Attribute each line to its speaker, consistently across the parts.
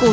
Speaker 1: 股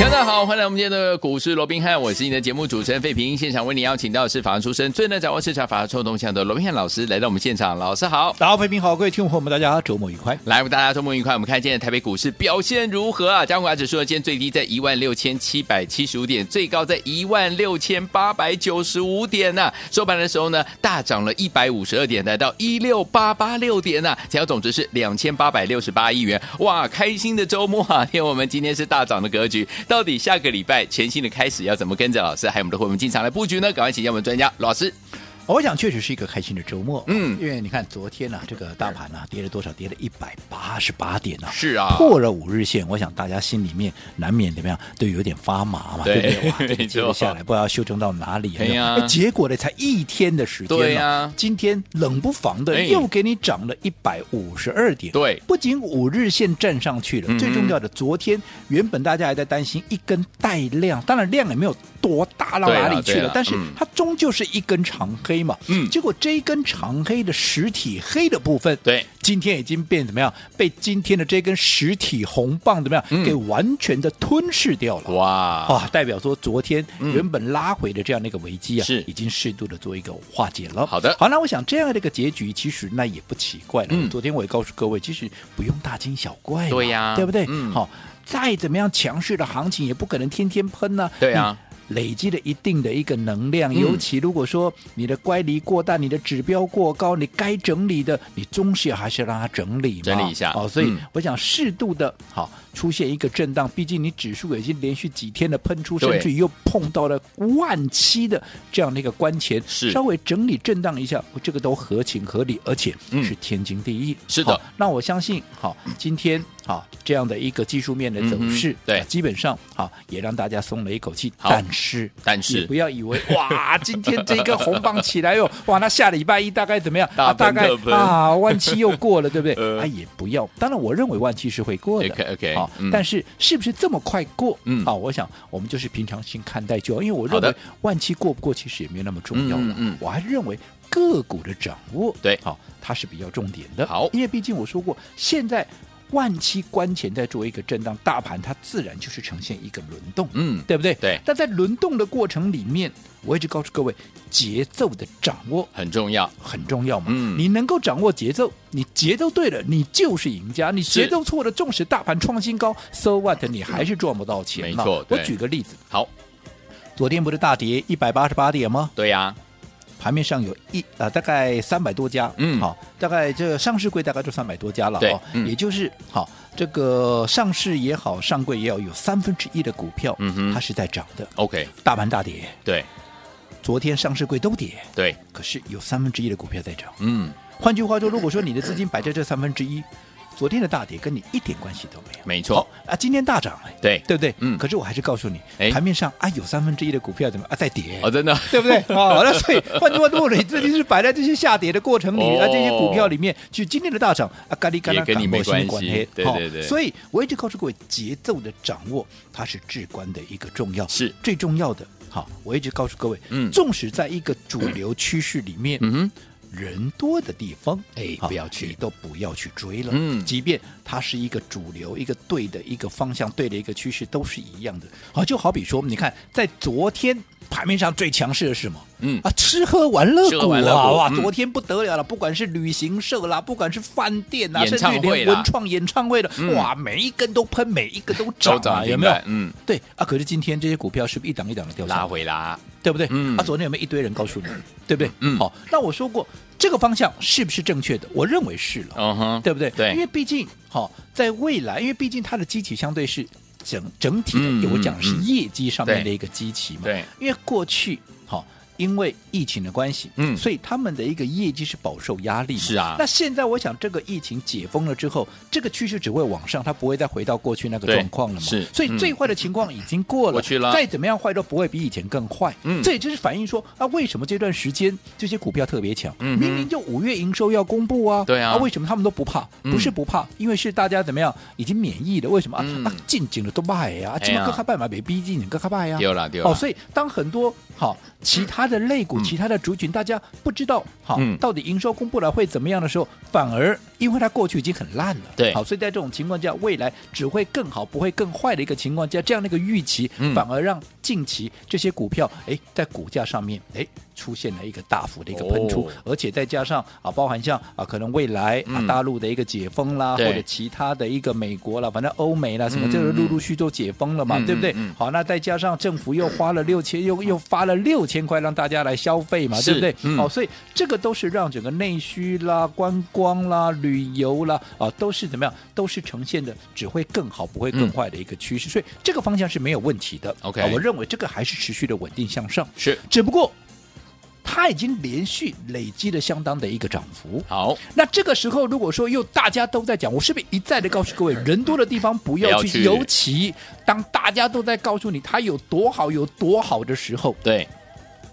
Speaker 2: 大家好，欢迎来我们今天的股市罗宾汉，我是你的节目主持人费平。现场为你邀请到的是法案出身、最能掌握市场法案臭动向的罗宾汉老师来到我们现场，老师好。
Speaker 3: 大家好，飞平好，各位听众朋友们，大家周末愉快。
Speaker 2: 来，我们大家周末愉快。我们看今天的台北股市表现如何啊？加权指数呢，今天最低在16,775点，最高在16,895点呐、收盘的时候呢，大涨了152点，来到16886点呐、成交总值是2,868亿元。哇，开心的周末啊！天，我们今天是大涨的格局，到底下个礼拜全新的开始要怎么跟着老师还有我们的伙伴进场来布局呢？赶快请教我们专家老师。
Speaker 3: 哦我想确实是一个开心的周末，
Speaker 2: 嗯
Speaker 3: 因为你看昨天呢、啊这个大盘呢、跌了多少？跌了一百八十八点呢、
Speaker 2: 是啊
Speaker 3: 破了五日线，我想大家心里面难免怎么样，都有点发麻嘛，
Speaker 2: 对
Speaker 3: 对不 对？哇，这
Speaker 2: 没错
Speaker 3: 个接着下来不知道修正到哪里，
Speaker 2: 哎呀
Speaker 3: 有没有哎结果呢才一天的时间哦
Speaker 2: 对呀
Speaker 3: 今天冷不防的
Speaker 2: 哎
Speaker 3: 又给你涨了一百五十二点，
Speaker 2: 对
Speaker 3: 不仅五日线站上去了，
Speaker 2: 嗯哼
Speaker 3: 最重要的，昨天原本大家还在担心一根带量，当然量也没有多大到
Speaker 2: 对
Speaker 3: 哪
Speaker 2: 啦
Speaker 3: 里去
Speaker 2: 对
Speaker 3: 了
Speaker 2: 啦，
Speaker 3: 但是
Speaker 2: 嗯
Speaker 3: 它终究是一根长黑嘛。
Speaker 2: 嗯
Speaker 3: 结果这一根长黑的实体黑的部分，
Speaker 2: 对，
Speaker 3: 今天已经变怎么样？被今天的这根实体红棒怎么样、
Speaker 2: 嗯
Speaker 3: 给完全的吞噬掉了。
Speaker 2: 哇，
Speaker 3: 啊，代表说昨天
Speaker 2: 嗯
Speaker 3: 原本拉回的这样的一个危机啊，
Speaker 2: 是
Speaker 3: 已经适度的做一个化解了。
Speaker 2: 好的
Speaker 3: 好，那我想这样的一个结局，其实那也不奇怪了。
Speaker 2: 嗯
Speaker 3: 昨天我也告诉各位，其实不用大惊小怪嘛，
Speaker 2: 对呀
Speaker 3: 对不对？
Speaker 2: 嗯
Speaker 3: 好，再怎么样强势的行情，也不可能天天喷呐、
Speaker 2: 对啊
Speaker 3: 你累积了一定的一个能量，
Speaker 2: 嗯
Speaker 3: 尤其如果说你的乖离过大，你的指标过高，你该整理的，你终是还是让它整理嘛，
Speaker 2: 整理一下
Speaker 3: 哦，所以
Speaker 2: 嗯
Speaker 3: 我想适度的好出现一个震荡，毕竟你指数已经连续几天的喷出，甚
Speaker 2: 对
Speaker 3: 至于又碰到了万七的这样的一个关前，
Speaker 2: 是
Speaker 3: 稍微整理震荡一下，哦这个都合情合理，而且
Speaker 2: 嗯
Speaker 3: 是天经地义。
Speaker 2: 是的
Speaker 3: 好，那我相信好今天好这样的一个技术面的走势，
Speaker 2: 嗯哼对
Speaker 3: 啊基本上好也让大家松了一口气，
Speaker 2: 好
Speaker 3: 但是
Speaker 2: 但是
Speaker 3: 也不要以为哇，今天这个红棒起来哟，哇，那下礼拜一大概怎么样？
Speaker 2: 大
Speaker 3: 啊大
Speaker 2: 喷
Speaker 3: 概
Speaker 2: 特喷
Speaker 3: 啊，万七又过了，对不对？
Speaker 2: 呃
Speaker 3: 啊，也不要。当然，我认为万七是会过的。
Speaker 2: OK，OK，
Speaker 3: 好
Speaker 2: 嗯，
Speaker 3: 但是是不是这么快过？
Speaker 2: 嗯
Speaker 3: 好，我想我们就是平常心看待就好，因为我
Speaker 2: 好
Speaker 3: 认
Speaker 2: 的
Speaker 3: 为万七过不过其实也没有那么重要了。
Speaker 2: 嗯嗯嗯
Speaker 3: 我还认为个股的掌握，
Speaker 2: 对
Speaker 3: 好，它是比较重点的。
Speaker 2: 好
Speaker 3: 因为毕竟我说过，现在万七关前在做一个震荡，大盘它自然就是呈现一个轮动，
Speaker 2: 嗯，
Speaker 3: 对不对？
Speaker 2: 对
Speaker 3: 但在轮动的过程里面，我一直告诉各位，节奏的掌握
Speaker 2: 很重要，
Speaker 3: 很重要嘛。
Speaker 2: 嗯
Speaker 3: 你能够掌握节奏，你节奏对了，你就是赢家；你
Speaker 2: 是
Speaker 3: 节奏错了，纵使大盘创新高，so what，你还是赚不到钱
Speaker 2: 没
Speaker 3: 嘛。
Speaker 2: 错
Speaker 3: 我
Speaker 2: 对
Speaker 3: 举个例子，
Speaker 2: 好，
Speaker 3: 昨天不是大跌一百八十八点吗？
Speaker 2: 对啊呀、
Speaker 3: 盘面上有一呃大概三百多家，
Speaker 2: 嗯
Speaker 3: 好，大概这个上市柜大概就三百多家了，
Speaker 2: 对
Speaker 3: 哦
Speaker 2: 嗯
Speaker 3: 也就是好这个上市也好，上柜也好，有三分之一的股票，
Speaker 2: 嗯哼
Speaker 3: 它是在涨的，
Speaker 2: OK，
Speaker 3: 大盘大跌，
Speaker 2: 对
Speaker 3: 昨天上市柜都跌，
Speaker 2: 对，
Speaker 3: 可是有三分之一的股票在涨。
Speaker 2: 嗯，
Speaker 3: 换句话说，如果说你的资金摆在这三分之一，昨天的大跌跟你一点关系都没有。
Speaker 2: 没
Speaker 3: 好
Speaker 2: 错，
Speaker 3: 啊，今天大涨了，
Speaker 2: 对
Speaker 3: 对不对？
Speaker 2: 嗯
Speaker 3: 可是我还是告诉你
Speaker 2: 哎，
Speaker 3: 盘面上啊有三分之一的股票怎么啊在跌
Speaker 2: 哦，，真的，
Speaker 3: 对不对？哦，那所以换句话说，你最近是摆在这些下跌的过程里，
Speaker 2: 哦
Speaker 3: 啊，这些股票里面，就今天的大涨啊，咖喱咖
Speaker 2: 也
Speaker 3: 喱
Speaker 2: 跟你没关系对对对
Speaker 3: 所以我一直告诉各位，节奏的掌握它是至关的一个重要，
Speaker 2: 是
Speaker 3: 最重要的。好，我一直告诉各位，
Speaker 2: 嗯
Speaker 3: 纵使在一个主流趋势里面，
Speaker 2: 嗯哼，
Speaker 3: 人多的地方，
Speaker 2: 哎
Speaker 3: 好
Speaker 2: 不要去
Speaker 3: 你都不要去追了。
Speaker 2: 嗯
Speaker 3: 即便它是一个主流、一个对的一个方向、对的一个趋势，都是一样的。好，就好比说，你看，在昨天盘面上最强势的是什么？
Speaker 2: 嗯
Speaker 3: 啊，吃喝玩乐
Speaker 2: 吃
Speaker 3: 股
Speaker 2: 喝
Speaker 3: 啊，
Speaker 2: 玩乐股
Speaker 3: 哇，
Speaker 2: 嗯
Speaker 3: 昨天不得了了，不管是旅行社啦，不管是饭店啦，
Speaker 2: 演
Speaker 3: 甚至
Speaker 2: 唱
Speaker 3: 于
Speaker 2: 会
Speaker 3: 连
Speaker 2: 啦
Speaker 3: 文创演唱会的，
Speaker 2: 嗯
Speaker 3: 哇，每一根都喷，每一个都涨
Speaker 2: 都
Speaker 3: 啊，
Speaker 2: 涨
Speaker 3: 有
Speaker 2: 停
Speaker 3: 没有
Speaker 2: 板，？嗯，
Speaker 3: 对啊，可是今天这些股票是不是一档一档的掉下来
Speaker 2: 拉？回啦，
Speaker 3: 对不对？
Speaker 2: 嗯
Speaker 3: 啊，昨天有没有一堆人告诉你，对不对？
Speaker 2: 嗯
Speaker 3: 好，那我说过这个方向是不是正确的？我认为是了，
Speaker 2: 嗯哼，
Speaker 3: 对不对？
Speaker 2: 对
Speaker 3: 因为毕竟好、在未来，因为毕竟它的基期相对是整整体的，
Speaker 2: 嗯
Speaker 3: 我讲是
Speaker 2: 嗯嗯
Speaker 3: 业绩上面的
Speaker 2: 对
Speaker 3: 一个基期嘛。
Speaker 2: 对，
Speaker 3: 因为过去好、因为疫情的关系，
Speaker 2: 嗯
Speaker 3: 所以他们的一个业绩是饱受压力的。
Speaker 2: 是啊
Speaker 3: 那现在我想，这个疫情解封了之后，这个趋势只会往上，它不会再回到过去那个
Speaker 2: 对
Speaker 3: 状况了嘛？
Speaker 2: 是
Speaker 3: 所以
Speaker 2: 嗯
Speaker 3: 最坏的情况已经过了，
Speaker 2: 过去了
Speaker 3: 再怎么样坏都不会比以前更坏。
Speaker 2: 嗯
Speaker 3: 这也就是反映说啊，为什么这段时间这些股票特别强？
Speaker 2: 嗯哼
Speaker 3: 明明就五月营收要公布啊，
Speaker 2: 对啊
Speaker 3: 为什么他们都不怕？
Speaker 2: 嗯
Speaker 3: 不是不怕，因为是大家怎么样已经免疫了？为什么啊
Speaker 2: 嗯？
Speaker 3: 啊，进警了都卖呀，啊，
Speaker 2: 哎
Speaker 3: 今
Speaker 2: 呀
Speaker 3: 个开拜嘛，没逼近，你个开拜呀。
Speaker 2: 丢了丢了，
Speaker 3: 哦，所以当很多好其他的类股、
Speaker 2: 嗯
Speaker 3: 其他的族群，大家不知道好、
Speaker 2: 嗯
Speaker 3: 到底营收公布了会怎么样的时候，反而因为它过去已经很烂了，
Speaker 2: 对
Speaker 3: 好，所以在这种情况下，未来只会更好，不会更坏的一个情况下，这样的一个预期，
Speaker 2: 嗯
Speaker 3: 反而让近期这些股票，哎，在股价上面，哎。出现了一个大幅的一个喷出，
Speaker 2: 哦
Speaker 3: 而且再加上啊，包含像啊，可能未来啊
Speaker 2: 嗯
Speaker 3: 大陆的一个解封啦，
Speaker 2: 对
Speaker 3: 或者其他的一个美国啦，反正欧美啦什么，
Speaker 2: 嗯
Speaker 3: 这个陆
Speaker 2: 嗯
Speaker 3: 陆续都解封了嘛，
Speaker 2: 嗯
Speaker 3: 对不对？
Speaker 2: 嗯嗯
Speaker 3: 好，那再加上政府又花了六 千，又又发了六千块让大家来消费嘛，
Speaker 2: 是
Speaker 3: 对不对？
Speaker 2: 嗯
Speaker 3: 哦，所以这个都是让整个内需啦、观光啦、旅游啦啊，都是怎么样？都是呈现的只会更好，不会更坏的一个趋势。所以这个方向是没有问题的。
Speaker 2: OK
Speaker 3: 啊我认为这个还是持续的稳定向上，
Speaker 2: 是
Speaker 3: 只不过它已经连续累积了相当的一个涨幅。
Speaker 2: 好，
Speaker 3: 那这个时候，如果说又大家都在讲，我是不是一再的告诉各位，人多的地方不要去？
Speaker 2: 不要去
Speaker 3: 尤其当大家都在告诉你它有多好、有多好的时候，
Speaker 2: 对，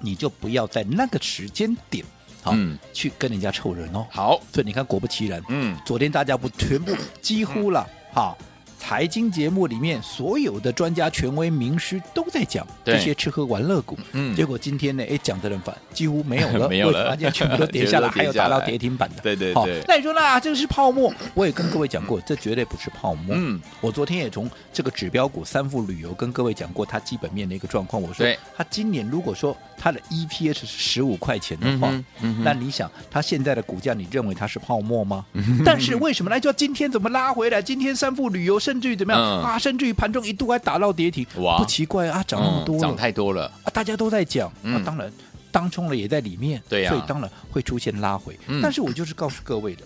Speaker 3: 你就不要在那个时间点，好、
Speaker 2: 嗯
Speaker 3: 去跟人家凑人哦。
Speaker 2: 好，
Speaker 3: 所以你看，果不其然，
Speaker 2: 嗯，
Speaker 3: 昨天大家不全部几乎了，好。财经节目里面所有的专家、权威、名师都在讲
Speaker 2: 对
Speaker 3: 这些吃喝玩乐股，
Speaker 2: 嗯
Speaker 3: 结果今天呢，哎，讲的人反几乎没有 了，
Speaker 2: 没有了
Speaker 3: 为什么它现在全部都跌下 来，
Speaker 2: 全部都跌
Speaker 3: 还有
Speaker 2: 下
Speaker 3: 达到
Speaker 2: 来
Speaker 3: 跌停板的，
Speaker 2: 对对
Speaker 3: 好
Speaker 2: 对，
Speaker 3: 那你说那这个是泡沫？我也跟各位讲过，这绝对不是泡沫。
Speaker 2: 嗯，
Speaker 3: 我昨天也从这个指标股三富旅游跟各位讲过它基本面的一个状况。我说
Speaker 2: 对，
Speaker 3: 它今年如果说它的 EPS 是十五块钱的话，
Speaker 2: 嗯哼嗯哼
Speaker 3: 那你想它现在的股价，你认为它是泡沫吗？
Speaker 2: 嗯
Speaker 3: 但是为什么来叫今天怎么拉回来？今天三富旅游甚至于怎么样、
Speaker 2: 嗯
Speaker 3: 啊？甚至于盘中一度还打到跌停，
Speaker 2: 哇
Speaker 3: 不奇怪啊，涨那么
Speaker 2: 嗯
Speaker 3: 多了，
Speaker 2: 涨太多了，
Speaker 3: 啊，大家都在讲，那、
Speaker 2: 嗯
Speaker 3: 当然当冲了也在里面，
Speaker 2: 对呀
Speaker 3: 所以当然会出现拉回。
Speaker 2: 嗯
Speaker 3: 但是我就是告诉各位的，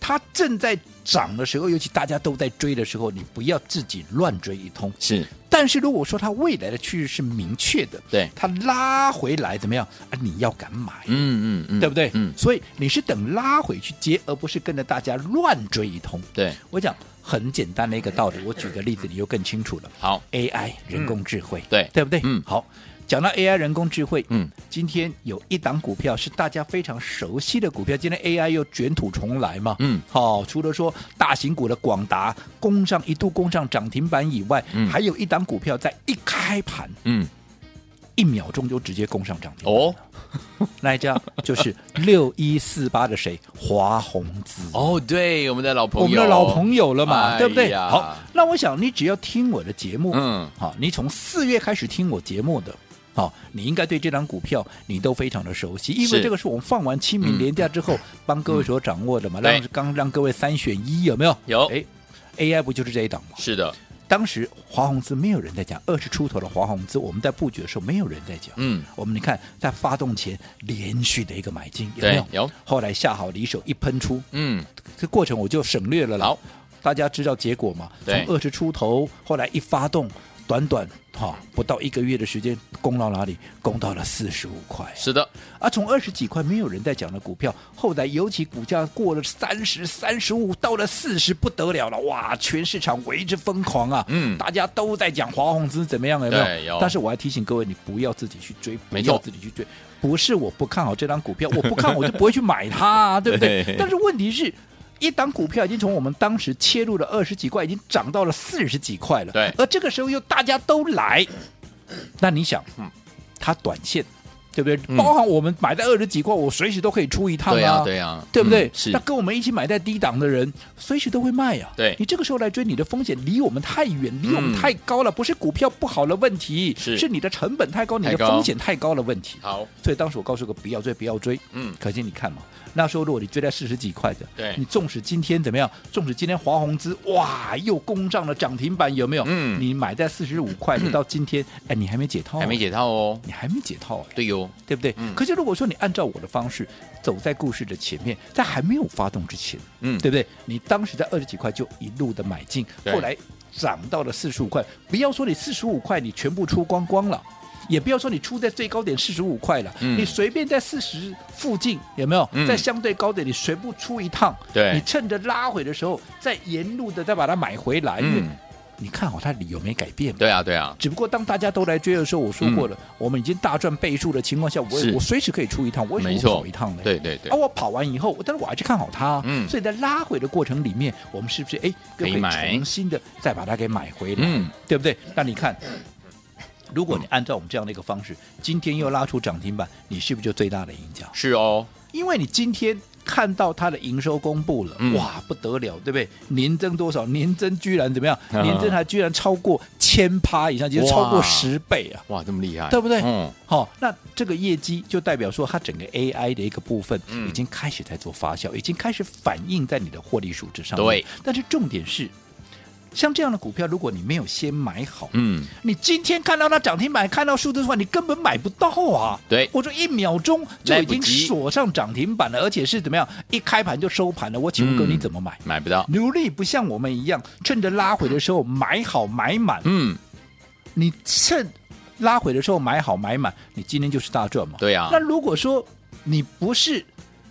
Speaker 3: 它正在涨的时候，尤其大家都在追的时候，你不要自己乱追一通。
Speaker 2: 是
Speaker 3: 但是如果说它未来的趋势是明确的，
Speaker 2: 对
Speaker 3: 它拉回来怎么样啊？你要敢买。
Speaker 2: 嗯嗯嗯，
Speaker 3: 对不对？
Speaker 2: 嗯，
Speaker 3: 所以你是等拉回去接，而不是跟着大家乱追一通。
Speaker 2: 对，
Speaker 3: 我讲很简单的一个道理，我举个例子你就更清楚了。
Speaker 2: 好，
Speaker 3: AI
Speaker 2: 嗯
Speaker 3: 人工智慧，
Speaker 2: 对
Speaker 3: 对不对？
Speaker 2: 嗯
Speaker 3: 好。讲到 AI 人工智慧，
Speaker 2: 嗯，
Speaker 3: 今天有一档股票是大家非常熟悉的股票，今天 AI 又卷土重来嘛，
Speaker 2: 嗯，
Speaker 3: 好、除了说大型股的广达攻上一度攻上涨停板以外，
Speaker 2: 嗯
Speaker 3: 还有一档股票在一开盘
Speaker 2: 嗯，
Speaker 3: 一秒钟就直接攻上涨停，
Speaker 2: 哦
Speaker 3: 那一家 就是六一四八的谁华宏资
Speaker 2: 哦，对，我们的老朋友，
Speaker 3: 我们的老朋友了嘛，
Speaker 2: 哎呀
Speaker 3: 对不对？好，那我想你只要听我的节目，
Speaker 2: 嗯，
Speaker 3: 好，啊你从四月开始听我节目的。好，你应该对这张股票你都非常的熟悉，因
Speaker 2: 是嗯
Speaker 3: 为这个是我们放完清明连假之后、帮各位所掌握的嘛，
Speaker 2: 对
Speaker 3: 让刚让各位三选一，有没有？
Speaker 2: 有
Speaker 3: 哎，AI 不就是这一档吗？
Speaker 2: 是的，
Speaker 3: 当时华宏资没有人在讲，二十出头的华宏资，我们在布局的时候没有人在讲。
Speaker 2: 嗯，
Speaker 3: 我们你看在发动前连续的一个买进，有没有？
Speaker 2: 对有
Speaker 3: 后来下好离手一喷出，
Speaker 2: 嗯，
Speaker 3: 这过程我就省略了啦。
Speaker 2: 好
Speaker 3: 大家知道结果嘛？
Speaker 2: 对
Speaker 3: 从二十出头，后来一发动，短短哈、不到一个月的时间，攻到哪里？攻到了四十五块。
Speaker 2: 是的，
Speaker 3: 啊，从二十几块没有人在讲的股票，后来尤其股价过了三十、三十五，到了四十，不得了了，哇！全市场为之疯狂啊！
Speaker 2: 嗯
Speaker 3: 大家都在讲华宏资怎么样，有没有
Speaker 2: 对？有
Speaker 3: 但是我还提醒各位，你不要自己去追，不
Speaker 2: 没
Speaker 3: 要
Speaker 2: 错
Speaker 3: 自己去追。不是我不看好这张股票， 我不看我就不会去买它、啊，对不对？
Speaker 2: 对
Speaker 3: 但是问题是。一档股票已经从我们当时切入了二十几块，已经涨到了四十几块了。
Speaker 2: 对
Speaker 3: 而这个时候又大家都来，那你想，它短线，对不
Speaker 2: 嗯
Speaker 3: 对？包含我们买在二十几块，我随时都可以出一趟
Speaker 2: 对呀
Speaker 3: 啊，
Speaker 2: 对呀，
Speaker 3: 对不对
Speaker 2: 嗯？是
Speaker 3: 那，跟我们一起买在低档的人，随时都会卖呀、
Speaker 2: 对
Speaker 3: 你这个时候来追，你的风险离我们太远，离我
Speaker 2: 嗯
Speaker 3: 们太高了，不是股票不好的问题，
Speaker 2: 是
Speaker 3: 你的成本太高，你
Speaker 2: 太
Speaker 3: 的
Speaker 2: 高
Speaker 3: 风险太高的问题。
Speaker 2: 好，
Speaker 3: 所以当时我告诉个不要追，不要追。
Speaker 2: 嗯，
Speaker 3: 可惜你看嘛，那时候如果你追在四十几块的，
Speaker 2: 对
Speaker 3: 你纵使今天怎么样，纵使今天华宏资哇又攻上了涨停板，有没有？
Speaker 2: 嗯
Speaker 3: 你买在四十五块，你到今天，哎，你还没解套、
Speaker 2: 还没，解套哦，
Speaker 3: 你还没解套、哎
Speaker 2: 对哟，
Speaker 3: 对不对？
Speaker 2: 嗯
Speaker 3: 可是如果说你按照我的方式走在故事的前面，在还没有发动之前，
Speaker 2: 嗯，
Speaker 3: 对不对？你当时在二十几块就一路的买进，
Speaker 2: 对
Speaker 3: 后来涨到了四十五块，不要说你四十五块你全部出光光了，也不要说你出在最高点四十五块了，
Speaker 2: 嗯
Speaker 3: 你随便在四十附近有没有
Speaker 2: 嗯？
Speaker 3: 在相对高点你随步出一趟，
Speaker 2: 对
Speaker 3: 你趁着拉回的时候，再沿路的再把它买回来，因为
Speaker 2: 嗯
Speaker 3: 你看好它理由没改变嘛。
Speaker 2: 对啊，对啊，
Speaker 3: 只不过当大家都来追的时候，我说过了，我们已经大赚倍数的情况下，我
Speaker 2: 嗯是
Speaker 3: 也我随时可以出一趟，我为什么
Speaker 2: 没
Speaker 3: 不
Speaker 2: 错
Speaker 3: 跑一趟呢？
Speaker 2: 对对对
Speaker 3: 啊，，我跑完以后，但是我还是看好它、
Speaker 2: 嗯
Speaker 3: 所以在拉回的过程里面，我们是不是哎，
Speaker 2: 可
Speaker 3: 可
Speaker 2: 以
Speaker 3: 以
Speaker 2: 买
Speaker 3: 重新的再把它给买回来，
Speaker 2: 嗯，
Speaker 3: 对不对？那你看。如果你按照我们这样的一个方式，今天又拉出涨停板，你是不是就最大的赢家？
Speaker 2: 是哦，
Speaker 3: 因为你今天看到它的营收公布了，
Speaker 2: 嗯
Speaker 3: 哇，不得了，对不对？年增多少？年增居 然怎么样？
Speaker 2: 嗯
Speaker 3: 年增还居然超过千趴以上，就是超
Speaker 2: 哇
Speaker 3: 过十倍啊！
Speaker 2: 哇，这么厉害，
Speaker 3: 对不对
Speaker 2: 嗯，
Speaker 3: 好、那这个业绩就代表说，它整个 AI 的一个部分
Speaker 2: 嗯
Speaker 3: 已经开始在做发酵，已经开始反映在你的获利数值上面。
Speaker 2: 对，
Speaker 3: 但是重点是，像这样的股票，如果你没有先买好，
Speaker 2: 嗯，
Speaker 3: 你今天看到它涨停板，看到数字的话，你根本买不到啊。
Speaker 2: 对
Speaker 3: 我说一秒钟就已
Speaker 2: 来
Speaker 3: 经
Speaker 2: 不及
Speaker 3: 锁上涨停板了，而且是怎么样，一开盘就收盘了。我请问哥，
Speaker 2: 嗯
Speaker 3: 你怎么买？
Speaker 2: 买不到，
Speaker 3: 努力不像我们一样，趁着拉回的时候买好买满，
Speaker 2: 嗯，
Speaker 3: 你趁拉回的时候买好买满，你今天就是大赚嘛。
Speaker 2: 对啊
Speaker 3: 那，如果说你不是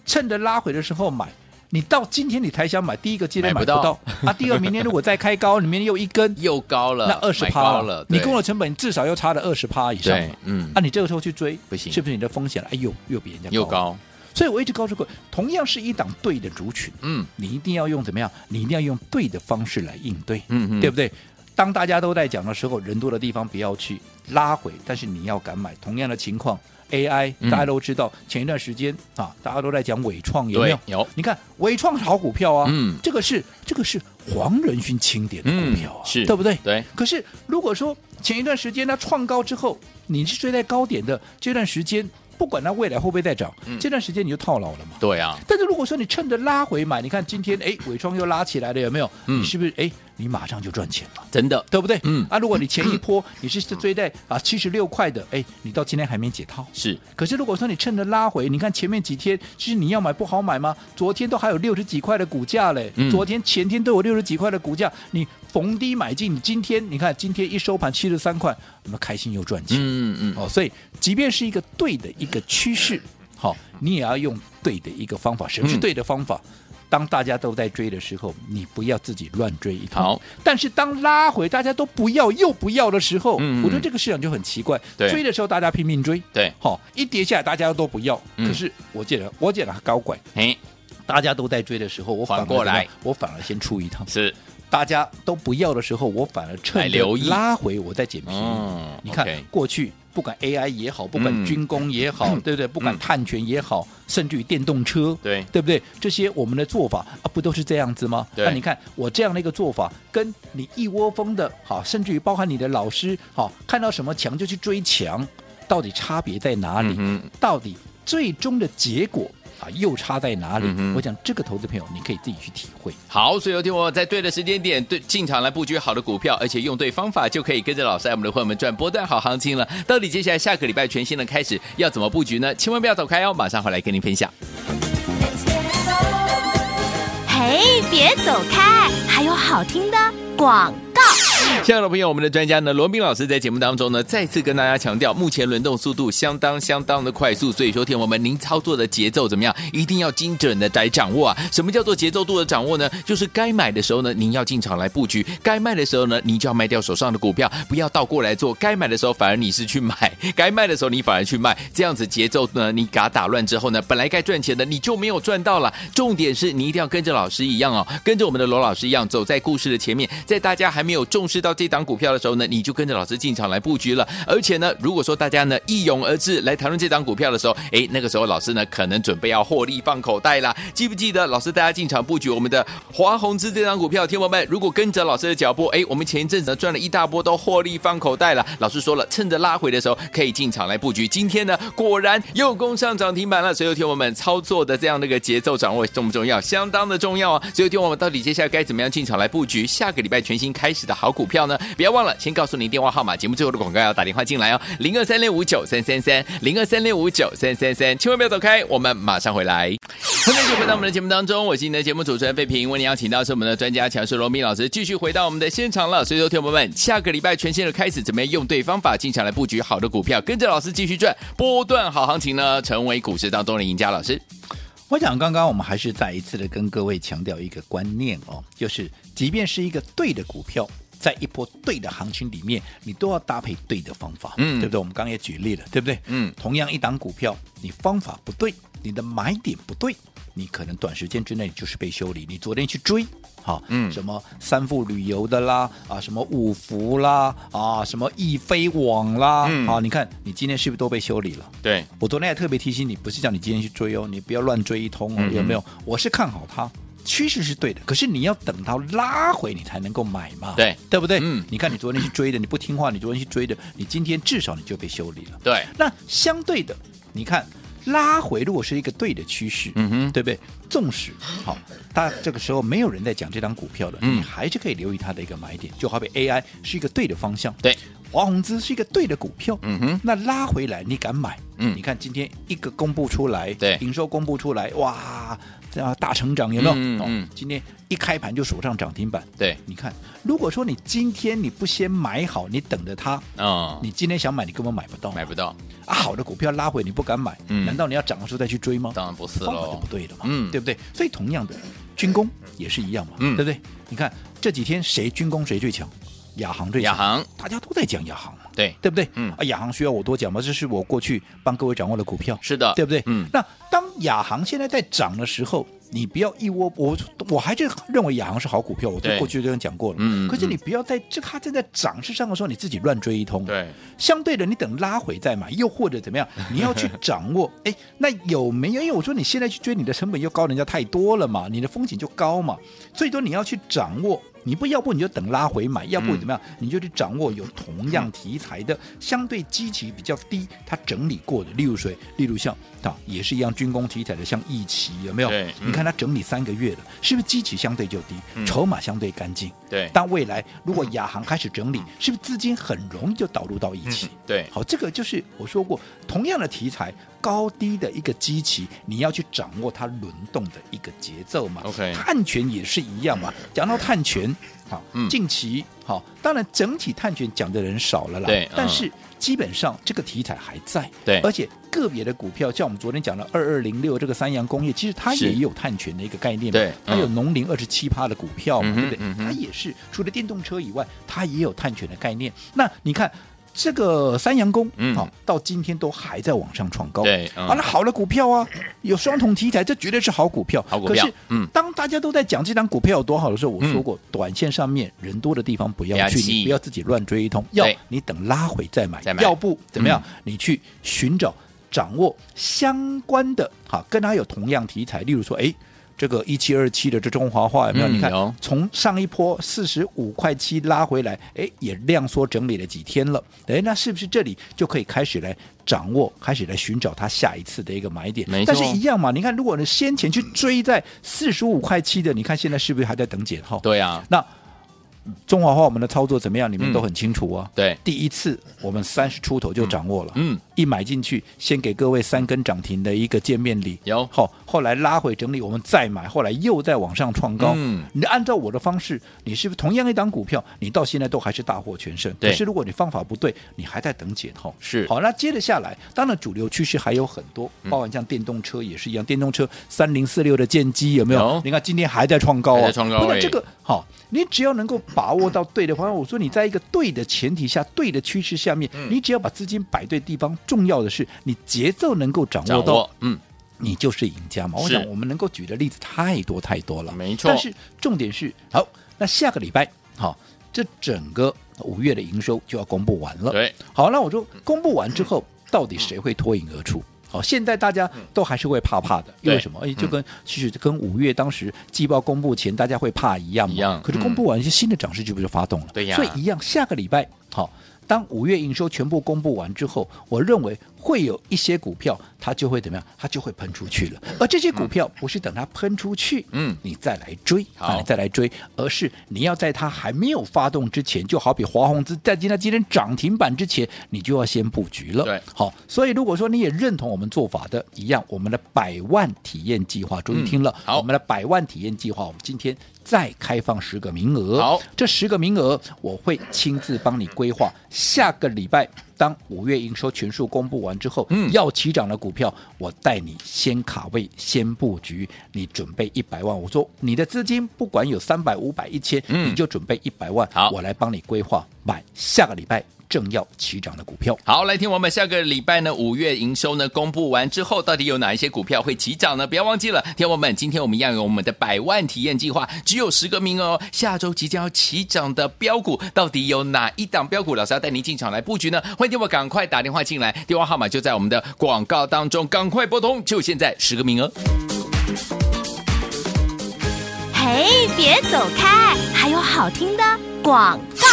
Speaker 3: 趁着拉回的时候买，你到今天你才想买，第一个今天
Speaker 2: 买
Speaker 3: 买
Speaker 2: 不
Speaker 3: 不
Speaker 2: 到
Speaker 3: 到啊，第二明天如果再开高， 里面又一根，
Speaker 2: 又高了，
Speaker 3: 那二十
Speaker 2: 买
Speaker 3: 趴
Speaker 2: 高
Speaker 3: 了，
Speaker 2: 了，
Speaker 3: 你
Speaker 2: 对
Speaker 3: 跟我成本至少要差了二十趴以上嘛
Speaker 2: 对，嗯
Speaker 3: 啊，，你这个时候去追
Speaker 2: 不行
Speaker 3: 是不是你的风险了？哎呦，又比人家
Speaker 2: 又，高，
Speaker 3: 所以我一直告诉过，同样是一档对的族群，
Speaker 2: 嗯
Speaker 3: 你一定要用怎么样？你一定要用对的方式来应对，
Speaker 2: 嗯嗯，
Speaker 3: 对不对？当大家都在讲的时候，人多的地方不要去拉回，但是你要敢买。同样的情况，AI
Speaker 2: 嗯
Speaker 3: 大家都知道，前一段时间啊，大家都在讲伟创有没
Speaker 2: 对
Speaker 3: 有？，啊
Speaker 2: 有，
Speaker 3: 你看伟创是好股票啊，
Speaker 2: 嗯
Speaker 3: 这个是这个是黄仁勋钦点的
Speaker 2: 嗯
Speaker 3: 股票啊，
Speaker 2: 是
Speaker 3: 对不对？
Speaker 2: 对，
Speaker 3: 可是如果说前一段时间它创高之后，你是追在高点的这段时间，不管它未来会不会再涨，
Speaker 2: 嗯
Speaker 3: 这段时间你就套牢了嘛。
Speaker 2: 对啊，
Speaker 3: 但是如果说你趁着拉回买，你看今天哎伟创又拉起来了，有没有？
Speaker 2: 嗯
Speaker 3: 你是不是哎你马上就赚钱了？
Speaker 2: 真的，
Speaker 3: 对不对？
Speaker 2: 嗯
Speaker 3: 啊，如果你前一波你是追在啊七十六块的，哎，你到今天还没解套。
Speaker 2: 是，
Speaker 3: 可是如果说你趁着拉回，你看前面几天，其实你要买不好买吗？昨天都还有六十几块的股价嘞，
Speaker 2: 嗯
Speaker 3: 昨天前天都有六十几块的股价，你逢低买进，你今天你看今天一收盘七十三块，我们开心又赚钱、
Speaker 2: 嗯嗯嗯，
Speaker 3: 哦。所以即便是一个对的一个趋势，好、你也要用对的一个方法。什么是
Speaker 2: 嗯
Speaker 3: 对的方法？当大家都在追的时候，你不要自己乱追一套。
Speaker 2: 好，
Speaker 3: 但是当拉回大家都不要又不要的时候，
Speaker 2: 嗯嗯
Speaker 3: 我觉得这个市场就很奇怪。
Speaker 2: 对
Speaker 3: 追的时候大家拼命追，
Speaker 2: 对，
Speaker 3: 好、一跌下来大家都不要。
Speaker 2: 嗯
Speaker 3: 可是我记得我记得高拐，
Speaker 2: 嘿，
Speaker 3: 大家都在追的时候，我反而
Speaker 2: 反过来
Speaker 3: 怎么样，我反而先出一趟；
Speaker 2: 是，
Speaker 3: 大家都不要的时候，我反而
Speaker 2: 来
Speaker 3: 趁着
Speaker 2: 留意
Speaker 3: 拉回我再捡便宜。
Speaker 2: 嗯，
Speaker 3: 你看
Speaker 2: OK，
Speaker 3: 过去。不管 AI 也好，不
Speaker 2: 嗯
Speaker 3: 管军工 也好，对不对？不管
Speaker 2: 嗯
Speaker 3: 碳权也好，甚至于电动车，
Speaker 2: 对，
Speaker 3: 对不对？这些我们的做法啊，不都是这样子吗？
Speaker 2: 对
Speaker 3: 那你看我这样的一个做法，跟你一窝蜂的，好，甚至于包含你的老师，好，看到什么强就去追强，到底差别在哪里？
Speaker 2: 嗯哼
Speaker 3: 到底最终的结果啊，又差在哪里？
Speaker 2: 嗯哼
Speaker 3: 我想这个投资朋友，你可以自己去体会。
Speaker 2: 好，所以有听我在对的时间点对进场来布局好的股票，而且用对方法就可以跟着老师哎还有我们的朋友们赚波段好行情了。到底接下来下个礼拜全新的开始要怎么布局呢？千万不要走开哦，马上回来跟您分享。
Speaker 1: 嘿，别走开，还有好听的广告。
Speaker 2: 亲爱的朋友，我们的专家呢，罗斌老师在节目当中呢，再次跟大家强调，目前轮动速度相当相当的快速，所以说，听我们您操作的节奏怎么样，一定要精准的来掌握啊。什么叫做节奏度的掌握呢？就是该买的时候呢，您要进场来布局；该卖的时候呢，您就要卖掉手上的股票，不要倒过来做。该买的时候反而你是去买，该卖的时候你反而去卖，这样子节奏呢，你给它打乱之后呢，本来该赚钱的你就没有赚到了。重点是你一定要跟着老师一样哦，跟着我们的罗老师一样，走在故事的前面，在大家还没有重视到这档股票的时候呢，你就跟着老师进场来布局了。而且呢，如果说大家呢一涌而至来谈论这档股票的时候，诶，那个时候老师呢可能准备要获利放口袋啦。记不记得老师大家进场布局我们的华宏资这档股票？听友们，如果跟着老师的脚步，诶，我们前一阵子呢赚了一大波，都获利放口袋了。老师说了，趁着拉回的时候可以进场来布局。今天呢，果然又攻上涨停板了。所以有听我们操作的这样的一个节奏掌握重不重要？相当的重要啊！所以有听我们到底接下来该怎么样进场来布局下个礼拜全新开始的好股票呢？不要忘了，先告诉您电话号码，节目最后的广告要打电话进来哦，零二三六五九三三三，零二三六五九三三三，千万不要走开，我们马上回来。欢迎继续回到我们的节目当中，我是你的节目主持人费平，为您邀请到是我们的专家强势罗斌老师，继续回到我们的现场了。所以，说，听友们，下个礼拜全新的开始，怎么样用对方法进场来布局好的股票，跟着老师继续赚波段好行情呢，成为股市当中的赢家？老师，
Speaker 3: 我想刚刚我们还是再一次的跟各位强调一个观念哦，就是即便是一个对的股票。在一波对的行情里面，你都要搭配对的方法，
Speaker 2: 嗯
Speaker 3: 对不对？我们刚刚也举例了，对不对？
Speaker 2: 嗯
Speaker 3: 同样一档股票，你方法不对，你的买点不对，你可能短时间之内就是被修理。你昨天去追，好，
Speaker 2: 嗯
Speaker 3: 什么三富旅游的啦，啊，什么五福啦，啊，什么易飞网啦，
Speaker 2: 嗯
Speaker 3: 啊，你看你今天是不是都被修理了？
Speaker 2: 对，
Speaker 3: 我昨天也特别提醒你，不是叫你今天去追哦，你不要乱追一通哦
Speaker 2: 嗯，
Speaker 3: 有没有？我是看好它。趋势是对的，可是你要等到拉回你才能够买嘛，
Speaker 2: 对
Speaker 3: 对不对？
Speaker 2: 嗯
Speaker 3: 你看你昨天去追的，你不听话，你昨天去追的，你今天至少你就被修理了。
Speaker 2: 对，
Speaker 3: 那相对的，你看拉回如果是一个对的趋势，
Speaker 2: 嗯哼
Speaker 3: 对不对？纵使好，大家这个时候没有人在讲这张股票了，
Speaker 2: 嗯
Speaker 3: 你还是可以留意它的一个买点，就好比 AI 是一个对的方向，
Speaker 2: 对，
Speaker 3: 华宏资是一个对的股票，
Speaker 2: 嗯哼，
Speaker 3: 那拉回来你敢买？
Speaker 2: 嗯
Speaker 3: 你看今天一个公布出来，
Speaker 2: 对
Speaker 3: 营收公布出来，哇，啊大成长有没有？
Speaker 2: 嗯
Speaker 3: 哦
Speaker 2: 嗯
Speaker 3: 今天一开盘就锁上涨停板。
Speaker 2: 对，
Speaker 3: 你看，如果说你今天你不先买好，你等着它，
Speaker 2: 嗯，
Speaker 3: 你今天想买你根本买不到，
Speaker 2: 买不到，
Speaker 3: 啊，好的股票拉回你不敢买，
Speaker 2: 嗯
Speaker 3: 难道你要涨的时候再去追吗？
Speaker 2: 当然不是
Speaker 3: 方法就
Speaker 2: 喽
Speaker 3: 不，对了嘛，
Speaker 2: 嗯
Speaker 3: 对不对？所以同样的，军工也是一样嘛，
Speaker 2: 嗯
Speaker 3: 对不对？你看这几天谁军工谁最强？亚航最强，
Speaker 2: 亚航，
Speaker 3: 大家都在讲亚航嘛，
Speaker 2: 对，
Speaker 3: 对不对？
Speaker 2: 嗯
Speaker 3: 啊，亚航需要我多讲吗？这是我过去帮各位掌握的股票，
Speaker 2: 是的，
Speaker 3: 对不对？
Speaker 2: 嗯，
Speaker 3: 那当亚航现在在涨的时候，你不要一窝，我我还是认为亚航是好股票，我
Speaker 2: 对
Speaker 3: 对过去就跟你讲过了。
Speaker 2: 嗯嗯
Speaker 3: 可是你
Speaker 2: 嗯
Speaker 3: 不要在这它正在涨势上的时候，你自己乱追一通。
Speaker 2: 对，
Speaker 3: 相对的，你等拉回再买，又或 者怎么样，你要去掌握。哎，那有没有？因为我说你现在去追，你的成本又高，人家太多了嘛，你的风险就高嘛。所以说你要去掌握，你不要不你就等拉回买，要不
Speaker 2: 嗯
Speaker 3: 怎么样，你就去掌握有同样题材的、相对基期比较低，它整理过的，例如谁，例如像啊，也是一样军工题材的，像义旗有没有？
Speaker 2: 对嗯
Speaker 3: 你看它整理三个月了，是不是基期相对就低，
Speaker 2: 嗯
Speaker 3: 筹码相对干净？
Speaker 2: 对，
Speaker 3: 但未来如果亚航开始整理，是不是资金很容易就导入到一起？
Speaker 2: 嗯对，
Speaker 3: 嗯好，这个就是我说过，同样的题材，高低的一个基期，你要去掌握它轮动的一个节奏嘛。
Speaker 2: OK
Speaker 3: 碳权也是一样嘛。讲到碳权，好，
Speaker 2: 嗯
Speaker 3: 近期好，当然整体碳权讲的人少了啦，
Speaker 2: 对
Speaker 3: 但
Speaker 2: 嗯
Speaker 3: 是基本上这个题材还在，
Speaker 2: 对
Speaker 3: 而且个别的股票，像我们昨天讲的二二零六这个三洋工业，其实它
Speaker 2: 是
Speaker 3: 也有碳权的一个概念嘛，
Speaker 2: 对
Speaker 3: 它有
Speaker 2: 嗯
Speaker 3: 农林二十七趴的股票嘛，
Speaker 2: 嗯哼
Speaker 3: 对不对？
Speaker 2: 嗯哼
Speaker 3: 它也是除了电动车以外，它也有碳权的概念。那你看这个三洋工，
Speaker 2: 嗯
Speaker 3: 好、到今天都还在往上创高。
Speaker 2: 对嗯
Speaker 3: 啊，那好的股票啊，有双重题材，这绝对是好股票。
Speaker 2: 好股票
Speaker 3: 可是，
Speaker 2: 嗯
Speaker 3: 当大家都在讲这张股票有多好的时候，我说过，短线上面人多的地方不
Speaker 2: 不要
Speaker 3: 要去，
Speaker 2: 去
Speaker 3: 你不要自己乱追一通，要你等拉回再买，
Speaker 2: 再买嗯
Speaker 3: 要不怎么样？你去寻找掌握相关的，好，跟它有同样题材，例如说，哎。这个一七二七的这中华化有没有？
Speaker 2: 嗯
Speaker 3: 你看
Speaker 2: 有，
Speaker 3: 从上一波四十五块七拉回来，哎，也量缩整理了几天了，哎，那是不是这里就可以开始来掌握，开始来寻找它下一次的一个买点？
Speaker 2: 没错
Speaker 3: 但是一样嘛，你看，如果你先前去追在四十五块七的，你看现在是不是还在等解套？
Speaker 2: 对啊，
Speaker 3: 那中华化我们的操作怎么样？你们
Speaker 2: 嗯
Speaker 3: 都很清楚啊。
Speaker 2: 对，
Speaker 3: 第一次我们三十出头就掌握了，
Speaker 2: 嗯，
Speaker 3: 一买进去先给各位三根涨停的一个见面礼，
Speaker 2: 有
Speaker 3: 好，后来拉回整理，我们再买，后来又再往上创高。
Speaker 2: 嗯
Speaker 3: 你按照我的方式，你是不是同样一档股票，你到现在都还是大获全胜？
Speaker 2: 对
Speaker 3: 可是如果你方法不对，你还在等解套。
Speaker 2: 是嗯
Speaker 3: 好，那接着下来，当然主流趋势还有很多，包含像电动车也是一样，电动车三零四六的剑机有没有？
Speaker 2: 有
Speaker 3: 你看今天还在创高
Speaker 2: 还
Speaker 3: 啊，
Speaker 2: 在创高
Speaker 3: 不过
Speaker 2: 哎
Speaker 3: 这个 好，你只要能够把握到对的方向，我说你在一个对的前提下、对的趋势下面，
Speaker 2: 嗯
Speaker 3: 你只要把资金摆对地方，重要的是你节奏能够掌
Speaker 2: 掌
Speaker 3: 握到
Speaker 2: 握，，嗯，
Speaker 3: 你就是赢家嘛。我
Speaker 2: 是
Speaker 3: 想我们能够举的例子太多太多了，
Speaker 2: 没错
Speaker 3: 但是重点是，好，那下个礼拜，好，这整个五月的营收就要公布完了。
Speaker 2: 对，
Speaker 3: 好，那我说公布完之后，到底谁会脱颖而出？好，现在大家都还是会怕怕的，因
Speaker 2: 对嗯
Speaker 3: 为什么？哎，就跟其实跟五月当时季报公布前大家会怕一样嘛。
Speaker 2: 一样
Speaker 3: 可是公布完，一些新的涨势就不就发动了？
Speaker 2: 对呀
Speaker 3: 所以一样，下个礼拜好。当五月营收全部公布完之后，我认为会有一些股票它就会怎么样？它就会喷出去了。而这些股票不是等它喷出去，
Speaker 2: 嗯
Speaker 3: 你再来追，
Speaker 2: 好
Speaker 3: 啊，你再来追，而是你要在它还没有发动之前，就好比华宏资在今天今天涨停板之前，你就要先布局了。
Speaker 2: 对
Speaker 3: 好，所以如果说你也认同我们做法的一样，我们的百万体验计划，注意
Speaker 2: 嗯
Speaker 3: 听了，
Speaker 2: 好
Speaker 3: 我们的百万体验计划，我们今天再开放十个名额。
Speaker 2: 好
Speaker 3: 这十个名额我会亲自帮你规划。下个礼拜当五月营收全数公布完之后，
Speaker 2: 嗯
Speaker 3: 要起涨的股票，我带你先卡位、先布局，你准备一百万。我说你的资金不管有三百、五百、一千，
Speaker 2: 嗯
Speaker 3: 你就准备一百万，
Speaker 2: 好
Speaker 3: 我来帮你规划买下个礼拜正要起涨的股票。
Speaker 2: 好，来听我们下个礼拜呢，五月营收呢公布完之后，到底有哪一些股票会起涨呢？不要忘记了，听我们，今天我们一样有我们的百万体验计划，只有十个名额哦。下周即将要起涨的标股，到底有哪一档标股？老师要带您进场来布局呢？欢迎我赶快打电话进来，电话号码就在我们的广告当中，赶快拨通，就现在，十个名额。
Speaker 1: 嘿，别走开，还有好听的广告。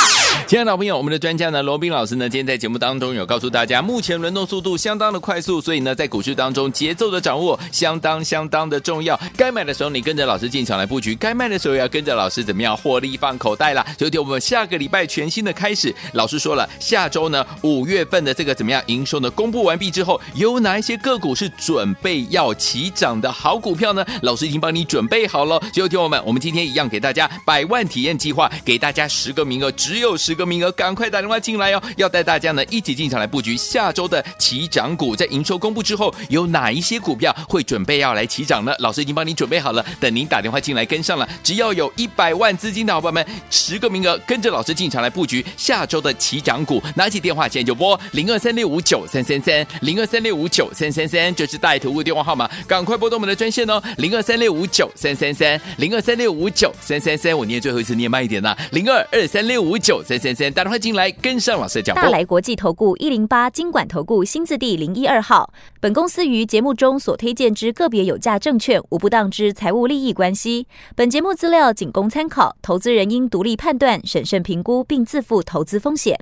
Speaker 2: 亲爱的老朋友，我们的专家呢，罗斌老师呢，今天在节目当中有告诉大家，目前轮动速度相当的快速，所以呢，在股市当中节奏的掌握相当相当的重要。该买的时候你跟着老师进场来布局，该卖的时候也要跟着老师怎么样获利放口袋啦。所以，我们下个礼拜全新的开始，老师说了，下周呢五月份的这个怎么样营收呢公布完毕之后，有哪一些个股是准备要起涨的好股票呢？老师已经帮你准备好了。所以，听我们，我们今天一样给大家百万体验计划，给大家十个名额，只有十个名额，赶快打电话进来哦！要带大家呢一起进场来布局下周的起涨股，在营收公布之后，有哪一些股票会准备要来起涨呢？老师已经帮您准备好了，等您打电话进来跟上了。只要有一百万资金的伙伴们，十个名额，跟着老师进场来布局下周的起涨股，拿起电话现在就拨零二三六五九三三三零二三六五九三三三，这是带图物电话号码，赶快拨动我们的专线哦，零二三六五九三三三零二三六五九三三三，我念最后一次念慢一点啦，零二二三六五九三三三，打电话进来跟上老师的脚步
Speaker 1: 大。来国际投顾一零八金管投顾新字第零一二号。本公司于节目中所推荐之个别有价证券，无不当之财务利益关系。本节目资料仅供参考，投资人应独立判断、审慎评估，并自负投资风险。